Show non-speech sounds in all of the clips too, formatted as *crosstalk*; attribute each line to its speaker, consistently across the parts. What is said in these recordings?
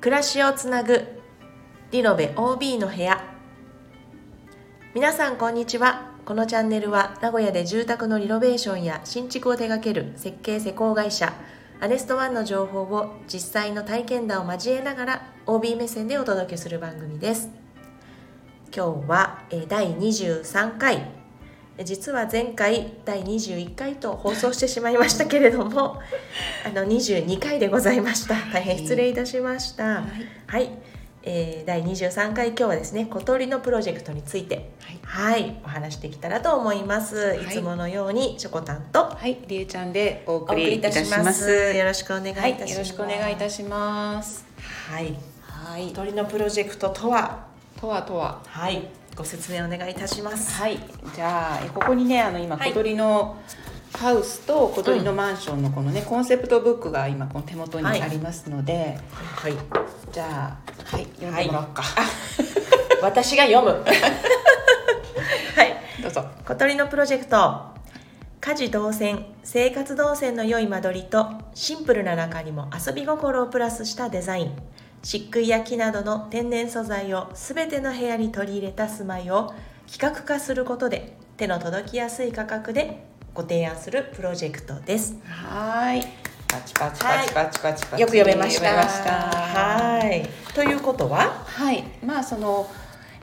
Speaker 1: 暮らしをつなぐリノベ OB の部屋皆さんこんにちはこのチャンネルは名古屋で住宅のリノベーションや新築を手掛ける設計施工会社アネストワンの情報を実際の体験談を交えながら OB 目線でお届けする番組です今日はえー第23回えー実は前回第21回と放送してしまいましたけれどもあの22回でございました大変失礼いたしました
Speaker 2: はい
Speaker 1: はい、えー、第23回今日はですね小鳥のプロジェクトについて
Speaker 2: はい、
Speaker 1: はいお話しできたらと思います、い、
Speaker 2: い
Speaker 1: つものようにしょこたんと
Speaker 2: はい、りえちゃんでお
Speaker 1: お
Speaker 2: 送
Speaker 1: 送り
Speaker 2: り
Speaker 1: い
Speaker 2: い
Speaker 1: た
Speaker 2: た
Speaker 1: し
Speaker 2: し
Speaker 1: ます
Speaker 2: ます。
Speaker 1: よろしくお願いいた
Speaker 2: は
Speaker 1: しま
Speaker 2: い、
Speaker 1: す、
Speaker 2: よろしくお願いいた
Speaker 1: し
Speaker 2: します。
Speaker 1: はい
Speaker 2: はい
Speaker 1: 小、鳥のプロジェクトとは
Speaker 2: とはとは。
Speaker 1: はいご説明お願いいたします
Speaker 2: はい、じゃあえここにねあの今
Speaker 1: はい
Speaker 2: 小鳥のハウスと小鳥のマンションのこのね、コンセプトブックが今この手元に
Speaker 1: はい
Speaker 2: ありますので、
Speaker 1: はい
Speaker 2: じゃあはい読んでもらおうか。
Speaker 1: 私が読む *laughs* はい
Speaker 2: どうぞ。
Speaker 1: 小鳥のプロジェクト家事動線生活動線の良い間取りとシンプルな中にも遊び心をプラスしたデザイン漆喰や木などの天然素材を全ての部屋に取り入れた住まいを企画化することで手の届きやすい価格でご提案するプロジェクトです。
Speaker 2: はーい。パチパチパチパチパチパチ。
Speaker 1: よく読めました。
Speaker 2: 読めました
Speaker 1: はい。ということは、
Speaker 2: はい、まあその、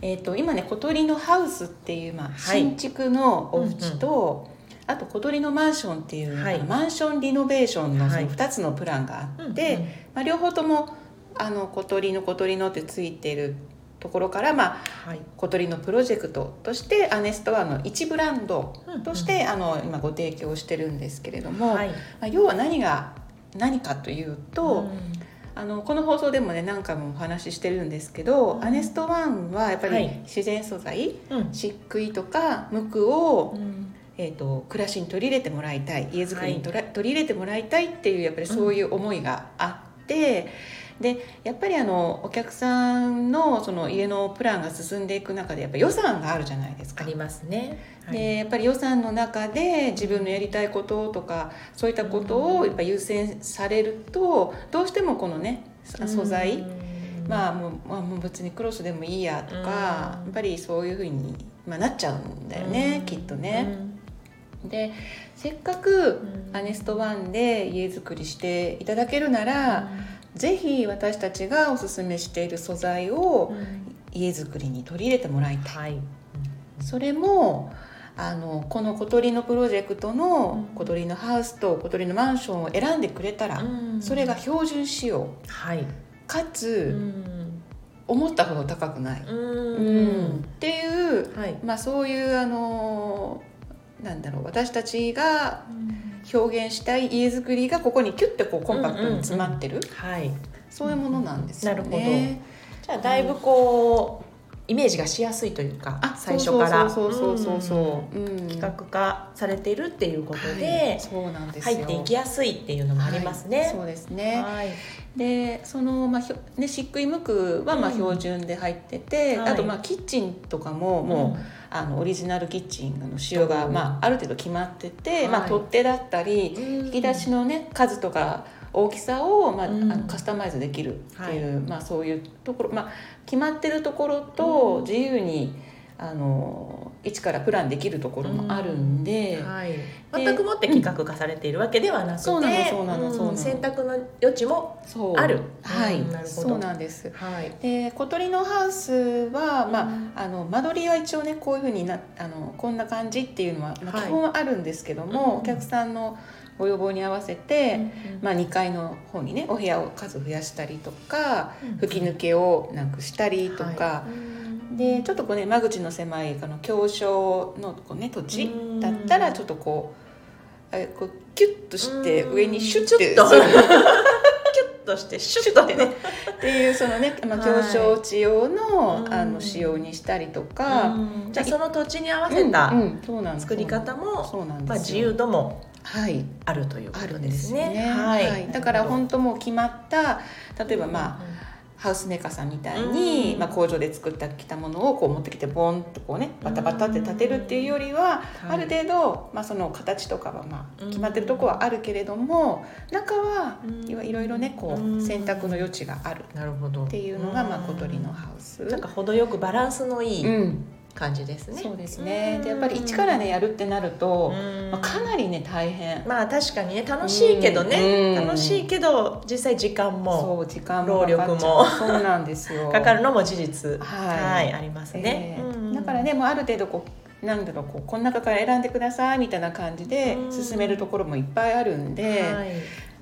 Speaker 2: えー、と今ね小鳥のハウスっていう、まあ
Speaker 1: はい
Speaker 2: 新築のお家と、あと小鳥のマンションっていう、
Speaker 1: はい
Speaker 2: マンションリノベーションのそ
Speaker 1: はい
Speaker 2: の2つのプランがあっ
Speaker 1: う
Speaker 2: て、
Speaker 1: んうん
Speaker 2: まあ、両方ともあの小鳥の小鳥のってついてるところから、まあ、
Speaker 1: はい、
Speaker 2: 小鳥のプロジェクトとしてアネストアの一ブランドとして、あの今ご提供してるんですけれども、
Speaker 1: はい
Speaker 2: まあ、要は何が何かというと。
Speaker 1: うん
Speaker 2: あのこの放送でもね何回もお話ししてるんですけど、
Speaker 1: うん
Speaker 2: アネストワンはやっぱ
Speaker 1: は
Speaker 2: り
Speaker 1: い
Speaker 2: 自然素材、
Speaker 1: うん
Speaker 2: 漆喰とか無垢を、
Speaker 1: うん
Speaker 2: えー、と暮らしに取り入れてもらいたい家づくりにとら、取り入れてもらいたいっていうやっぱりそういう思いがあって、でやっぱりあのお客さんのその家のプランが進んでいく中でやっぱ予算があるじゃないです
Speaker 1: あ
Speaker 2: か。
Speaker 1: りますね。はい
Speaker 2: でやっぱり予算の中で自分のやりたいこととかそういったことをやっぱ優先されるとどうしてもこのねさ素材、
Speaker 1: うん
Speaker 2: まあもうまあ、もう別にクロスでもいいやとか、や
Speaker 1: うん
Speaker 2: っぱりそういうふうに、まあ、なっちゃうんだよね、きっとね。、でせっか
Speaker 1: う
Speaker 2: く
Speaker 1: ん
Speaker 2: アネストワンで家づくりしていただけるなら、ぜひ私たちがおすすめしている素材
Speaker 1: う
Speaker 2: を
Speaker 1: ん
Speaker 2: 家づくりに取り入れてもらいたい。
Speaker 1: はい、
Speaker 2: それもあのこの小鳥のプロジェクトの
Speaker 1: うん
Speaker 2: 小鳥のハウスと小鳥のマンションを選んでくれたら、
Speaker 1: うん
Speaker 2: それが標準仕様
Speaker 1: はい、
Speaker 2: か
Speaker 1: う
Speaker 2: つ、
Speaker 1: ん
Speaker 2: 思ったほど高くない、うんっていう、
Speaker 1: はい、
Speaker 2: まあ、そういうあのなんだろう私たちが表現したい家づくりがここにキュッてこうコンパクトに詰まってる、
Speaker 1: はい。
Speaker 2: そういうものなんですよね。
Speaker 1: なるほどじゃあだいぶこう、イメージがしやすいというか、
Speaker 2: あ
Speaker 1: 最初から
Speaker 2: そうそうそうそうそう、うん
Speaker 1: うん企画化されてるっていうこと
Speaker 2: は
Speaker 1: で
Speaker 2: い、そうなんですよ
Speaker 1: 入っていきやすいっていうのもあります
Speaker 2: はい
Speaker 1: ね。
Speaker 2: そうですね。
Speaker 1: はい
Speaker 2: でそのまあひょね漆喰無垢はまあ
Speaker 1: うん
Speaker 2: 標準で入ってて、
Speaker 1: はい
Speaker 2: あとまあキッチンとかももう、あのオリジナルキッチンの仕様
Speaker 1: お
Speaker 2: が
Speaker 1: ー
Speaker 2: まあある程度決まってて、
Speaker 1: はい
Speaker 2: まあ取っ手だったり
Speaker 1: うん
Speaker 2: 引き出しのね数とか大きさをまあ、
Speaker 1: うん
Speaker 2: あのカスタマイズできるっていう、まあそういうところまあ決まってるところ
Speaker 1: うん
Speaker 2: と自由にあの一からプランできるところもあるんで、
Speaker 1: はい、全くもって企画化されているわけではなくて、
Speaker 2: そうなのそうなの
Speaker 1: ん
Speaker 2: そうなの
Speaker 1: 選択の余地も、
Speaker 2: そう
Speaker 1: ある
Speaker 2: はい、
Speaker 1: うんなるほど
Speaker 2: そうなんです。
Speaker 1: はい、
Speaker 2: で小鳥のハウスは、まあ
Speaker 1: うん
Speaker 2: あの間取りは一応ねこういうふうになあのこんな感じっていうのは、まあ
Speaker 1: はい
Speaker 2: 基本はあるんですけども、
Speaker 1: うん
Speaker 2: お客さんのご要望に合わせて、まあ、2階の方にねお部屋を数増やしたりとか吹き抜けをなんかしたりとか、でちょっとこうね間口の狭いあの狭小のこう、ね、土地
Speaker 1: うん
Speaker 2: だったらちょっとこうえこうキュッとして
Speaker 1: うん
Speaker 2: 上にシュッて
Speaker 1: ちょっと
Speaker 2: そう
Speaker 1: ッとしてシ
Speaker 2: シュッてねっていうそのね、まあ、
Speaker 1: はい
Speaker 2: 狭小地用の,、
Speaker 1: うん
Speaker 2: あの仕様にしたりとか、
Speaker 1: じゃあその土地に合わ
Speaker 2: う
Speaker 1: せ
Speaker 2: ん
Speaker 1: た
Speaker 2: うんそうなんです
Speaker 1: 作り方も、
Speaker 2: そうなんですよ
Speaker 1: まあ、自由度も
Speaker 2: はい
Speaker 1: あるというこ
Speaker 2: ある
Speaker 1: と
Speaker 2: ん
Speaker 1: で
Speaker 2: ですすよ
Speaker 1: ね。
Speaker 2: ね、はいだから本当もう決まった例えばまあ、ハウスメーカーさんみたいに、
Speaker 1: うん
Speaker 2: まあ、工場で作ってきたものをこう持ってきてボンとこうねバタバタって立てるっていうよりは、
Speaker 1: うん
Speaker 2: ある程度、まあ、その形とかはまあ
Speaker 1: うん
Speaker 2: 決まってるとこはあるけれども中は
Speaker 1: うん
Speaker 2: いわいろいろねこ
Speaker 1: うん
Speaker 2: う選択の余地がある
Speaker 1: なるほど
Speaker 2: っていうのが、まあ、小鳥のハウス。
Speaker 1: なんか程よくバランスのいい
Speaker 2: うん
Speaker 1: 感じですね、
Speaker 2: そうですね
Speaker 1: うん
Speaker 2: でやっぱり一からねやるってなると、
Speaker 1: うん
Speaker 2: まあ、かなりね大変
Speaker 1: まあ確かにね楽しいけどね、
Speaker 2: うん
Speaker 1: 楽しいけど実際時間も
Speaker 2: そう時間
Speaker 1: 労
Speaker 2: も
Speaker 1: 力
Speaker 2: か
Speaker 1: も
Speaker 2: かっちゃうそうなんですよ
Speaker 1: *laughs* かかるのも事実はい、
Speaker 2: はい、
Speaker 1: ありますね、
Speaker 2: えー
Speaker 1: うん
Speaker 2: だからねもうある程度こうなんだろうこうこの中から選んでくださいみたいな感じで
Speaker 1: うん
Speaker 2: 進めるところもいっぱいあるんで、
Speaker 1: はい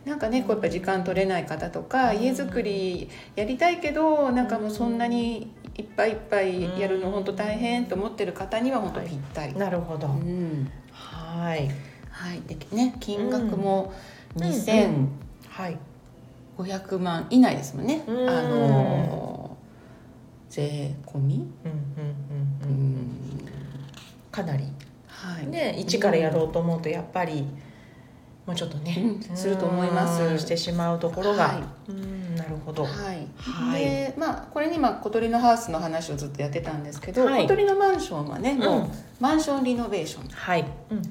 Speaker 2: なんかねこうやっぱ時間取れない方とか、
Speaker 1: うん
Speaker 2: 家づくりやりたいけどなんかもうそんなにいっぱいいっぱいやるの本当大変と思ってる方には本当ぴったり。
Speaker 1: なるほど、
Speaker 2: うん
Speaker 1: はい
Speaker 2: はいでね、金額も
Speaker 1: うん
Speaker 2: 2500
Speaker 1: はい
Speaker 2: 万以内ですもんね、
Speaker 1: うん
Speaker 2: あの税込み、
Speaker 1: うん
Speaker 2: う
Speaker 1: うんうんうん
Speaker 2: ん
Speaker 1: かなり
Speaker 2: はい
Speaker 1: ね一からやろうと思うとやっぱりもうちょっとね、
Speaker 2: うんすると思います
Speaker 1: うんしてしまうところが、
Speaker 2: は
Speaker 1: うんなるほど、
Speaker 2: はい、
Speaker 1: はい
Speaker 2: でまあこれに今小鳥のハウスの話をずっとやってたんですけど、
Speaker 1: はい
Speaker 2: 小鳥のマンションはねもう、
Speaker 1: うん
Speaker 2: マンションリノベーション
Speaker 1: はい、うん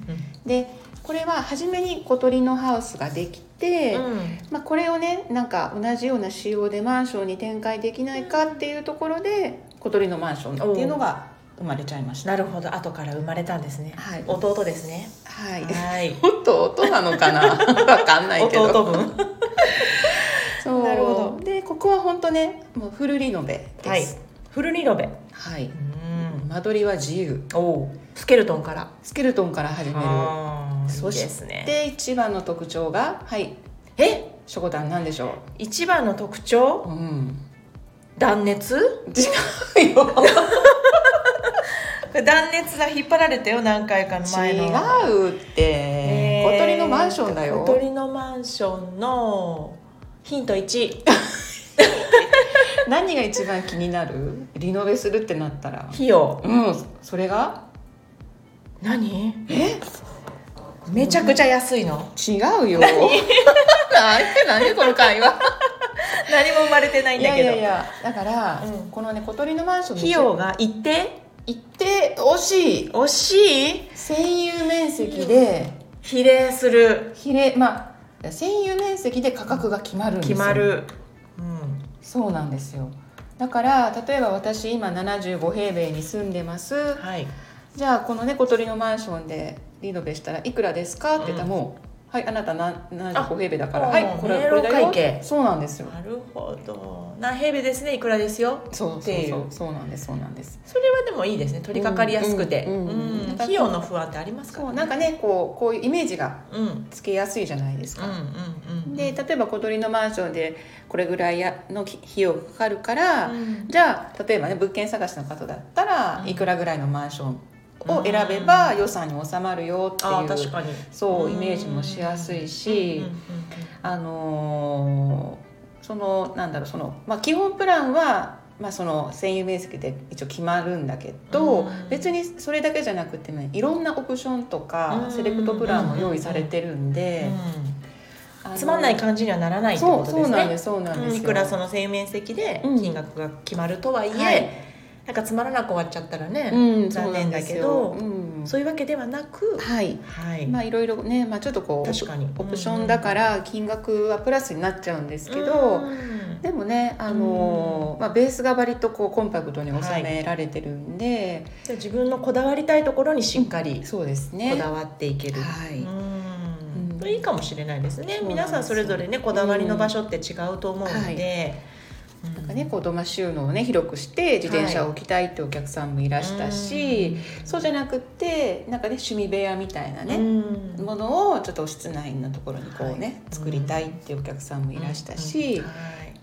Speaker 2: でこれは初めに小鳥のハウスができて、
Speaker 1: うん
Speaker 2: まあ、これをねなんか同じような仕様でマンションに展開できないかっていうところで小鳥のマンションっていうのが生まれちゃいました。
Speaker 1: なるほど後から生まれたんですね、
Speaker 2: はい
Speaker 1: 弟ですね
Speaker 2: はい、
Speaker 1: はい
Speaker 2: もっと音なの
Speaker 1: *laughs*
Speaker 2: かなわかん *laughs* ないけど
Speaker 1: 弟
Speaker 2: *laughs*
Speaker 1: 分
Speaker 2: そう
Speaker 1: なるほど
Speaker 2: でここは本当ねもうフルリノベ
Speaker 1: は
Speaker 2: で
Speaker 1: い
Speaker 2: す、
Speaker 1: フルリノベ
Speaker 2: はい
Speaker 1: うん
Speaker 2: 間取りは自由
Speaker 1: おうスケルトンから
Speaker 2: スケルトンから始める
Speaker 1: あそ
Speaker 2: そううし
Speaker 1: ですね
Speaker 2: で一番の特徴がはい
Speaker 1: え
Speaker 2: しょこたんなんでしょ
Speaker 1: 一番の特徴
Speaker 2: ううん
Speaker 1: 断熱
Speaker 2: 違うよ
Speaker 1: 断熱が引っ張られたよ何回かの前の
Speaker 2: 違うって、
Speaker 1: えー
Speaker 2: 小鳥のマンションだよ
Speaker 1: 小鳥のマンションのヒント1
Speaker 2: 何が一番気になるリノベするってなったら
Speaker 1: 費用
Speaker 2: うんそれが
Speaker 1: 何
Speaker 2: え
Speaker 1: めちゃくちゃ安い
Speaker 2: *laughs*
Speaker 1: の
Speaker 2: 違うよ何何この会話
Speaker 1: 何も生まれてないん
Speaker 2: い
Speaker 1: だ
Speaker 2: やい
Speaker 1: けど
Speaker 2: やいやだから、
Speaker 1: うん
Speaker 2: このね小鳥のマンションの
Speaker 1: 費用が一定
Speaker 2: 行って惜しい
Speaker 1: 惜しい
Speaker 2: 占有面積で
Speaker 1: 比例する
Speaker 2: 比例まあ占有面積で価格が決まるんです
Speaker 1: 決
Speaker 2: よ
Speaker 1: まる、うん、
Speaker 2: そうなんですよだから例えば私今75平米に住んでます
Speaker 1: はい
Speaker 2: じゃあこのね小鳥のマンションでリノベしたらいくらですかって言ったらもう、はいあなたな75平米だから
Speaker 1: あ
Speaker 2: はい
Speaker 1: もう
Speaker 2: これ
Speaker 1: 明
Speaker 2: こ
Speaker 1: 朗
Speaker 2: れだよ
Speaker 1: 会計
Speaker 2: そうなんですよ
Speaker 1: なるほど何平米ですねいくらですよ
Speaker 2: そう
Speaker 1: っ
Speaker 2: そう
Speaker 1: てい
Speaker 2: そううそうなんですそうなんです
Speaker 1: それはでもいいですね取り掛かりやすくて、う
Speaker 2: うんんうんうん
Speaker 1: 費用の不安ってありますか
Speaker 2: そうなんかねこうこういうイメージが
Speaker 1: うんうんうん
Speaker 2: つけやすいじゃないですか、
Speaker 1: うん
Speaker 2: で例えば小鳥のマンションでこれぐらいやの費用がかかるから、
Speaker 1: うん
Speaker 2: じゃあ例えばね物件探しの方だったら、
Speaker 1: うん
Speaker 2: いくらぐらいのマンションを選べば予算に収まるよって
Speaker 1: あ
Speaker 2: い
Speaker 1: ー
Speaker 2: う
Speaker 1: 確かに
Speaker 2: そうイメージもしやすいし、
Speaker 1: うんうんうん
Speaker 2: あのーそのなんだろうその、まあ、基本プランは、まあ、その占有面積で一応決まるんだけど、
Speaker 1: うん
Speaker 2: 別にそれだけじゃなくてねいろんなオプションとか、
Speaker 1: うん
Speaker 2: セレクトプランも用意されてるんで、あ
Speaker 1: う
Speaker 2: の
Speaker 1: ん
Speaker 2: ー
Speaker 1: つまんない感じにはならないってこと
Speaker 2: そう
Speaker 1: です
Speaker 2: そうなん
Speaker 1: ね
Speaker 2: ですそうなんです
Speaker 1: うんい
Speaker 2: よ
Speaker 1: くらその生命積で金額が決まるとはいえ、
Speaker 2: はい
Speaker 1: なんかつまらなく終わっちゃったらね、
Speaker 2: うん、
Speaker 1: 残念だけ
Speaker 2: そう
Speaker 1: ど
Speaker 2: なんですようん
Speaker 1: そういうわけではなく、
Speaker 2: はい
Speaker 1: はい
Speaker 2: まあいろいろね、まあ、ちょっとこう
Speaker 1: 確かに
Speaker 2: オプションだから金額はプラスになっちゃうんですけど、
Speaker 1: うん
Speaker 2: でもね、あのーまあ、ベースが割とこうコンパクトに収められてるんで、
Speaker 1: じゃあ自分のこだわりたいところにしっかり
Speaker 2: そうですね
Speaker 1: こだわっていける、
Speaker 2: はい
Speaker 1: うん
Speaker 2: うん
Speaker 1: いいかもしれないですね
Speaker 2: そうなんですよ
Speaker 1: 皆さんそれぞれねこだわりの場所って違うと思うので、うん
Speaker 2: なんかね、こう土間収納をね広くして自転車を置きたいってお客さんもいらしたし、そうじゃなくってなんかね趣味部屋みたいな
Speaker 1: う
Speaker 2: ね、
Speaker 1: ん
Speaker 2: ものをちょっと室内のところにこうね、
Speaker 1: はい
Speaker 2: 作りたいっていうお客さんもいらしたし、
Speaker 1: うんはい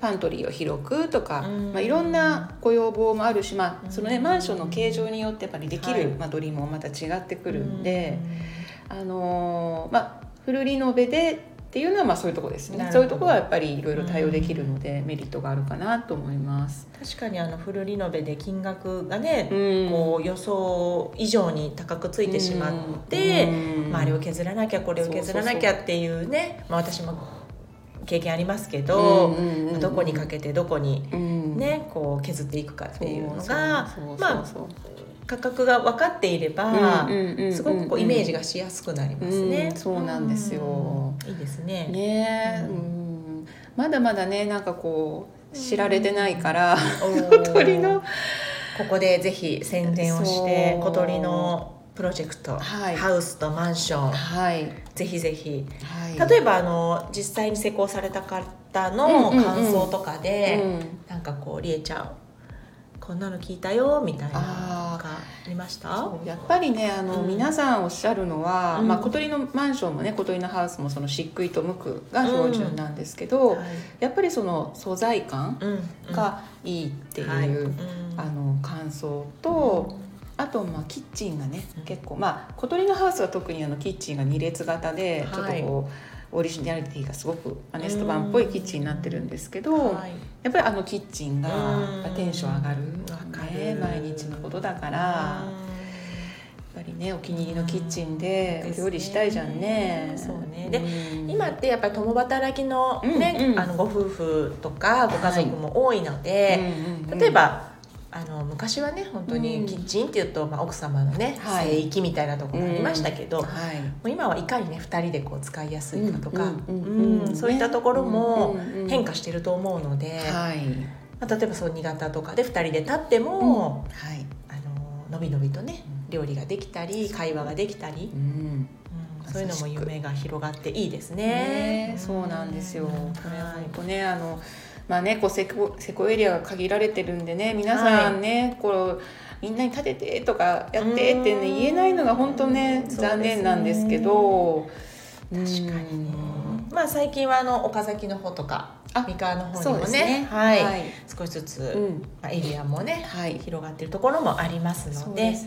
Speaker 2: パントリーを広くとか、
Speaker 1: うん
Speaker 2: まあ、いろんなご要望もあるし、ま
Speaker 1: うん
Speaker 2: あそのね、マンションの形状によってやっぱりでき
Speaker 1: はい
Speaker 2: る間取りもまた違ってくるんで、あのーまあ、フルリノベでっていうのはまあそういうとこです
Speaker 1: なる
Speaker 2: ね
Speaker 1: ほど
Speaker 2: そういうとこはやっぱりいろいろ対応できるので、メリットがあるかなと思います。
Speaker 1: 確かにあのフルリノベで金額がね、
Speaker 2: うん
Speaker 1: こう予想以上に高くついてしまって、
Speaker 2: うん
Speaker 1: まあ、あれを削らなきゃこれを削らなきゃっていうねまあ、私も経験ありますけど、
Speaker 2: うんうんうん
Speaker 1: どこにかけてどこに
Speaker 2: うん
Speaker 1: ね、こう削っていくかっていうのが
Speaker 2: そう
Speaker 1: まあ
Speaker 2: そうそう
Speaker 1: 価格が分かっていれば、すごくこうイメージがしやすくなりますね。
Speaker 2: うんそうなんですよ
Speaker 1: うん。いいですね。
Speaker 2: ねえ、
Speaker 1: う
Speaker 2: うんんまだまだねなんかこう知られてないから、
Speaker 1: おー
Speaker 2: 小 *laughs* 鳥の
Speaker 1: ここでぜひ宣伝をして
Speaker 2: そ
Speaker 1: 小
Speaker 2: う
Speaker 1: 鳥のプロジェクト、
Speaker 2: はい
Speaker 1: ハウスとマンション
Speaker 2: はい、
Speaker 1: ぜひぜひ
Speaker 2: はい、
Speaker 1: 例えばあの実際に施工された方の
Speaker 2: うんうんうん
Speaker 1: 感想とかで、
Speaker 2: うん
Speaker 1: なんかこうりえちゃんこんなの聞いたよみたいなの
Speaker 2: あ
Speaker 1: がありました
Speaker 2: やっぱりねあの、
Speaker 1: うん
Speaker 2: 皆さんおっしゃるのは、
Speaker 1: うん
Speaker 2: まあ、小鳥のマンションもね小鳥のハウスもその漆喰と無垢が標準なんですけど、
Speaker 1: はい
Speaker 2: やっぱりその素材感
Speaker 1: うんうん
Speaker 2: がいいっていう、
Speaker 1: はいうん
Speaker 2: あの感想と、あとまあキッチンがね、
Speaker 1: うん
Speaker 2: 結構まあ小鳥のハウスは特にあのキッチンが2列型で、
Speaker 1: はい
Speaker 2: ちょっとこうオリジナリティがすごくアネスト版っぽいキッチンになってるんですけど、
Speaker 1: はい
Speaker 2: やっぱりあのキッチンが
Speaker 1: うん
Speaker 2: テンション上がる、
Speaker 1: わか
Speaker 2: ね
Speaker 1: る
Speaker 2: 毎日のことだから。やっぱりねお気に入りのキッチンで
Speaker 1: うん
Speaker 2: お料理したいじゃんね。
Speaker 1: ですねそうねで
Speaker 2: で
Speaker 1: 今ってやっぱり共働きのね、
Speaker 2: うんうん
Speaker 1: あのご夫婦とかご家族も多いので、例
Speaker 2: 例
Speaker 1: えばあの昔はね本当にキッチンっていうと、まあ、奥様のね
Speaker 2: はい
Speaker 1: 聖域みたいなところがありましたけど、も
Speaker 2: は
Speaker 1: う今はいかにね2人でこう使いやすいかとか、
Speaker 2: うんうんうん
Speaker 1: うんそういったところも
Speaker 2: うんうんうん
Speaker 1: 変化してると思うので、
Speaker 2: いはい
Speaker 1: まあ、例えばそう新潟とかで2人で立っても、
Speaker 2: はい。
Speaker 1: あののびのびとね料理ができたり会話ができたり
Speaker 2: う、ん
Speaker 1: うんそういうのも夢が広がっていいですね。
Speaker 2: ね、そうなんですよ。
Speaker 1: う
Speaker 2: こ
Speaker 1: ん
Speaker 2: れは
Speaker 1: はい
Speaker 2: 本当ねあのまあねこうセコセコエリアが限られてるんでね皆さんね、こうみんなに立ててとかやってってね
Speaker 1: うん
Speaker 2: 言えないのが本当ね
Speaker 1: そうですね
Speaker 2: 残念なんですけど。
Speaker 1: 確かにね
Speaker 2: うん。
Speaker 1: まあ最近はあの岡崎の方とか
Speaker 2: あ
Speaker 1: 三河の方
Speaker 2: そ
Speaker 1: に
Speaker 2: う
Speaker 1: も
Speaker 2: で
Speaker 1: ね
Speaker 2: すね。
Speaker 1: はい
Speaker 2: はい。
Speaker 1: 少しずつ、
Speaker 2: うん。
Speaker 1: まあ、エリアもね
Speaker 2: はい。
Speaker 1: 広がってるところもありますので
Speaker 2: そうです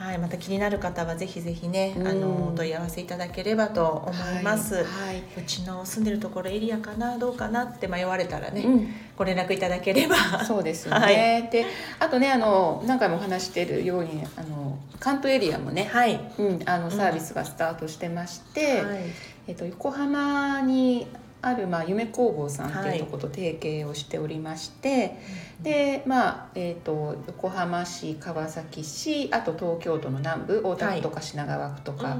Speaker 1: はい、また気になる方はぜひぜひね、
Speaker 2: うん
Speaker 1: あのお問い合わせいただければと思います。
Speaker 2: はい。は
Speaker 1: うちの住んでるところエリアかなどうかなって迷われたら
Speaker 2: い
Speaker 1: ね、
Speaker 2: うん
Speaker 1: ご連絡いただければ
Speaker 2: そうですよ
Speaker 1: は
Speaker 2: ね。で、あとね、あの何回もお話しているように、あの関東エリアもね、
Speaker 1: はい、
Speaker 2: うん、あのサービスがスタートしてまして、
Speaker 1: はい
Speaker 2: えっと横浜にあるまあ夢工房さんっていうとこと提携をしておりまして、で、まあえっと横浜市、川崎市、あと東京都の南部、大田区とか品川区とか、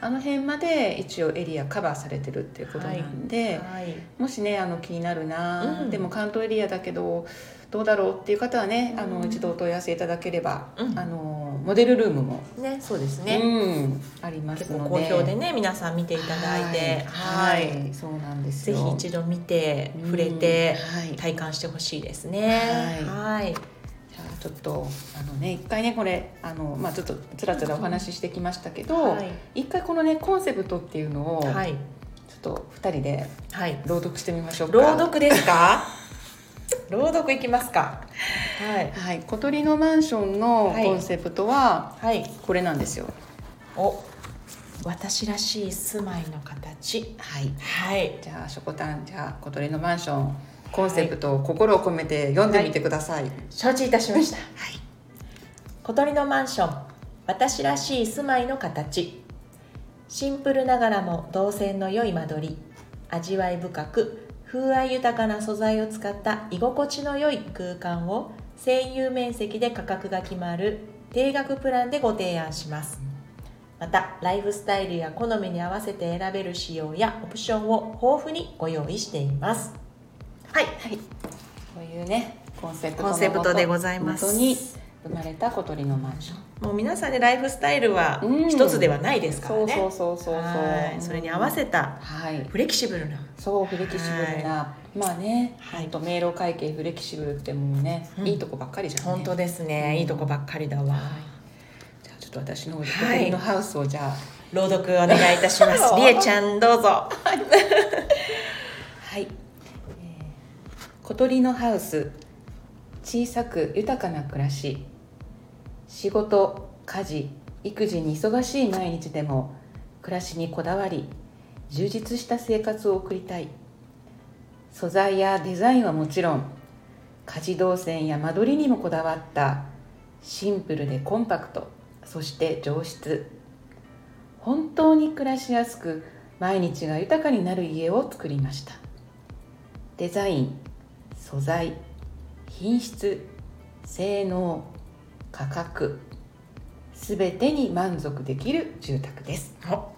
Speaker 2: あの辺まで一応エリアカバーされてるっていうことなんで。
Speaker 1: うんはい
Speaker 2: もしねあの気になるな、
Speaker 1: うん
Speaker 2: でも関東エリアだけどどうだろうっていう方はね、あ
Speaker 1: う
Speaker 2: の
Speaker 1: ん
Speaker 2: 一度お問い合わせいただければ、
Speaker 1: うん
Speaker 2: あのモデルルームも、
Speaker 1: ねそうですね、
Speaker 2: うんあります
Speaker 1: 結
Speaker 2: の
Speaker 1: 構
Speaker 2: で
Speaker 1: 好評でね皆さん見ていただいては、
Speaker 2: はいい、はいそうなんです
Speaker 1: ぜ
Speaker 2: よ
Speaker 1: ひ一度見て
Speaker 2: うん
Speaker 1: 触れて
Speaker 2: はい、じゃ
Speaker 1: 体感してほしいですねはい、
Speaker 2: あちょっとあのね一回ねこれあの、まあ、ちょっとつらつらお話ししてきましたけど、
Speaker 1: はい
Speaker 2: 一回このねコンセプトっていうのを、
Speaker 1: は
Speaker 2: ち
Speaker 1: い
Speaker 2: ょっと二人で
Speaker 1: はい
Speaker 2: 朗読してみましょうか
Speaker 1: 朗読ですか *laughs* 朗読いきますかはい
Speaker 2: はい、小鳥のマンションの
Speaker 1: はい
Speaker 2: コンセプトは
Speaker 1: はい
Speaker 2: これなんですよ、
Speaker 1: お私らしい住まいの形
Speaker 2: はい、
Speaker 1: はい
Speaker 2: じゃあしょこたんじゃあ小鳥のマンションコンセプトを心を込めて読んでみてください。はい、
Speaker 1: 承知いたしました小鳥のマンション私らしい住まいの形シンプルながらも動線の良い間取り味わい深く風合い豊かな素材を使った居心地の良い空間を占有面積で価格が決まる定額プランでご提案しますまたライフスタイルや好みに合わせて選べる仕様やオプションを豊富にご用意していますはい
Speaker 2: こういうねコンセプトの
Speaker 1: コンセプトでございます
Speaker 2: 元に生まれた小鳥のマンション。
Speaker 1: もう皆さんねライフスタイルは
Speaker 2: うん
Speaker 1: 一つではないですから
Speaker 2: そう
Speaker 1: ね、
Speaker 2: そうそうそう
Speaker 1: は
Speaker 2: そ。
Speaker 1: いうそれに合わせた
Speaker 2: はい。
Speaker 1: フレキシブルな、
Speaker 2: そうフレキシブルな、まあね、
Speaker 1: はい
Speaker 2: ほんと迷路会計フレキシブルってもうね、
Speaker 1: うん
Speaker 2: いいとこばっかりじゃん、ね。
Speaker 1: 本当ですね、
Speaker 2: うん
Speaker 1: いいとこばっかりだわ、
Speaker 2: じゃあちょっと私の方で小
Speaker 1: はい
Speaker 2: 鳥のハウスをじゃあ、
Speaker 1: 朗読お願いいたします
Speaker 2: *laughs*
Speaker 1: りえちゃんどうぞ
Speaker 2: はい、えー小鳥のハウス小さく豊かな暮らし仕事家事育児に忙しい毎日でも暮らしにこだわり充実した生活を送りたい素材やデザインはもちろん家事動線や間取りにもこだわったシンプルでコンパクトそして上質本当に暮らしやすく毎日が豊かになる家を作りましたデザイン素材品質性能価格すべてに満足できる住宅です
Speaker 1: お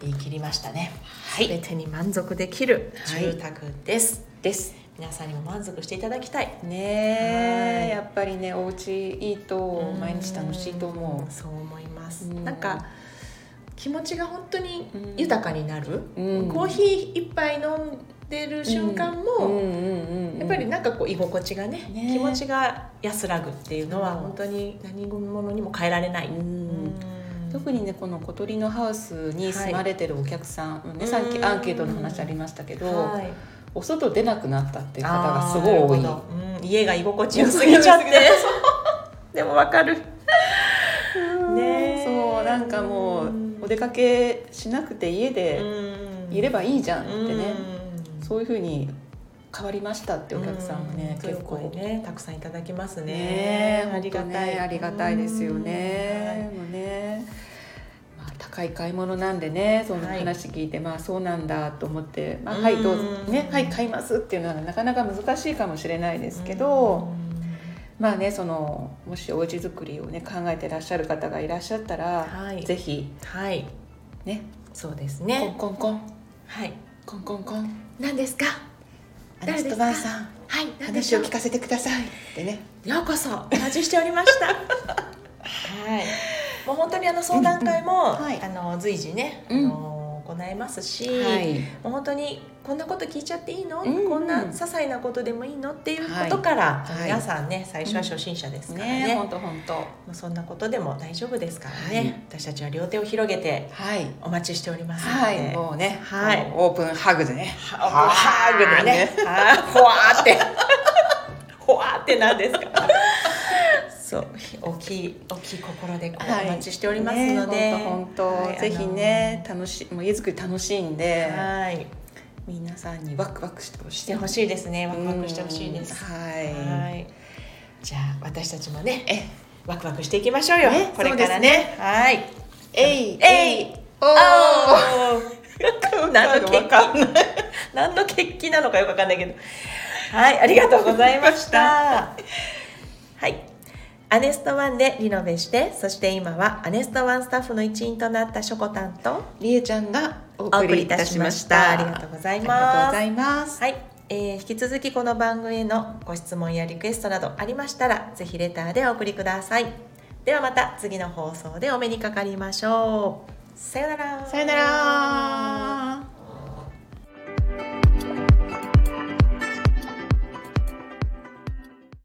Speaker 2: 言い切りましたねは
Speaker 1: 全てに満足できる
Speaker 2: はい
Speaker 1: 住宅です、
Speaker 2: です
Speaker 1: 皆さんにも満足していただきたい
Speaker 2: ね
Speaker 1: は
Speaker 2: え
Speaker 1: い
Speaker 2: やっぱりねお家いいと毎日楽しいと思
Speaker 1: んそう思います
Speaker 2: うん
Speaker 1: なんか気持ちが本当に
Speaker 2: うん
Speaker 1: 豊かになる、
Speaker 2: う、うん
Speaker 1: コーヒー一杯飲んでる瞬間
Speaker 2: うん
Speaker 1: も、
Speaker 2: うんうんうん
Speaker 1: やっぱりなんかこう居心地がね
Speaker 2: ね
Speaker 1: 気持ちが安らぐっていうのは
Speaker 2: そう
Speaker 1: 本当に何物にも変えられない、
Speaker 2: うん特にねこの小鳥のハウスに住まれてるお客さん、ね、さっ
Speaker 1: う
Speaker 2: き
Speaker 1: ん
Speaker 2: アンケートの話ありましたけど、
Speaker 1: はい
Speaker 2: お外出なくなったっていう方がすごい
Speaker 1: あーなる
Speaker 2: 多
Speaker 1: ほどうん家が居心地よすぎちゃ
Speaker 2: *laughs*
Speaker 1: ってでもわかる
Speaker 2: い
Speaker 1: ねえ
Speaker 2: そうなんかもう
Speaker 1: うん
Speaker 2: お出かけしなくて家でいれ
Speaker 1: ば
Speaker 2: ばいいじゃんってね、
Speaker 1: そ
Speaker 2: そういうふうに変わりましたってお客さんもね、
Speaker 1: 結
Speaker 2: 結
Speaker 1: 構
Speaker 2: 構
Speaker 1: ねたくさんいただきますね
Speaker 2: ね
Speaker 1: ありがたい、
Speaker 2: 本当ねありがたいですよね。もうねまあ高い買い物なんでねその
Speaker 1: はい
Speaker 2: 話聞いて、まあそうなんだと思って「まあ、
Speaker 1: うん
Speaker 2: はいどうぞねはい買います」っていうのはなかなか難しいかもしれないで
Speaker 1: です
Speaker 2: けど、まあねそのもしおうち作りをね考えてらっしゃる方がいらっしゃったら、
Speaker 1: はい
Speaker 2: ぜひ
Speaker 1: はい
Speaker 2: ね
Speaker 1: そうです
Speaker 2: コン
Speaker 1: ね
Speaker 2: コンコン
Speaker 1: はい
Speaker 2: コンコンコン
Speaker 1: 何ですか
Speaker 2: アナ
Speaker 1: 誰
Speaker 2: ス
Speaker 1: です
Speaker 2: ト
Speaker 1: か
Speaker 2: バーさん
Speaker 1: はい何でし
Speaker 2: 話
Speaker 1: ょ
Speaker 2: を
Speaker 1: う
Speaker 2: 聞かせてくださいってね。
Speaker 1: ようこそお待ちしておりましたはいもう本当にあの相談会も、
Speaker 2: はい
Speaker 1: あの随時ね、
Speaker 2: うん
Speaker 1: あの行いますし、
Speaker 2: い、
Speaker 1: もう本当にこんなこと聞いちゃっていいの、
Speaker 2: うんうん
Speaker 1: こんな些細なことでもいいのっていうことから、
Speaker 2: はい
Speaker 1: 皆さんね最初は初心者ですからね,、
Speaker 2: ね
Speaker 1: も
Speaker 2: 本当本当
Speaker 1: うそんなことでも大丈夫ですからね、
Speaker 2: はい
Speaker 1: 私たちは両手を広げて
Speaker 2: はい
Speaker 1: お待ちしておりますので、
Speaker 2: はい、もうね、
Speaker 1: はい
Speaker 2: あのオープンハグでね、
Speaker 1: ハーグでね、はい *laughs* ほわーって、ほわーってなんですか。そう、大きい、大きい心で、こう
Speaker 2: はい
Speaker 1: お待ちしておりますので、
Speaker 2: ね本当、本
Speaker 1: はい
Speaker 2: 当ぜひね、楽しい、もう家づくり楽しいん
Speaker 1: あ
Speaker 2: で、
Speaker 1: のはい、
Speaker 2: 皆さんにワクワクしてほしい、
Speaker 1: してほしいですね、ワクワクしてほしいです。
Speaker 2: うんは、
Speaker 1: はいい、じゃあ、私たちもね、
Speaker 2: え、
Speaker 1: ワクワクしていきましょうよ
Speaker 2: ね、
Speaker 1: これから
Speaker 2: そうです
Speaker 1: ね、はい、
Speaker 2: えい、
Speaker 1: えい
Speaker 2: おー
Speaker 1: おお、何の
Speaker 2: わ
Speaker 1: 決
Speaker 2: かん
Speaker 1: 起、何の決起なのかよくわかんないけど、はい、ありがとうございました。 *laughs* はい。アネストワンでリノベして、そして今はアネストワンスタッフの一員となったしょこたんと
Speaker 2: りえちゃんがお
Speaker 1: お
Speaker 2: 送
Speaker 1: 送
Speaker 2: り
Speaker 1: り
Speaker 2: い
Speaker 1: いた
Speaker 2: た
Speaker 1: し
Speaker 2: し
Speaker 1: ま
Speaker 2: ま
Speaker 1: し。
Speaker 2: したた。
Speaker 1: ありがとうござい
Speaker 2: あ
Speaker 1: ま
Speaker 2: りがとうご
Speaker 1: す
Speaker 2: ざ。います。
Speaker 1: はい、えー引き続きこの番組へのご質問やリクエストなどありましたらぜひレターでお送りくださいではまた次の放送でお目にかかりましょうさよなら
Speaker 2: さよなら。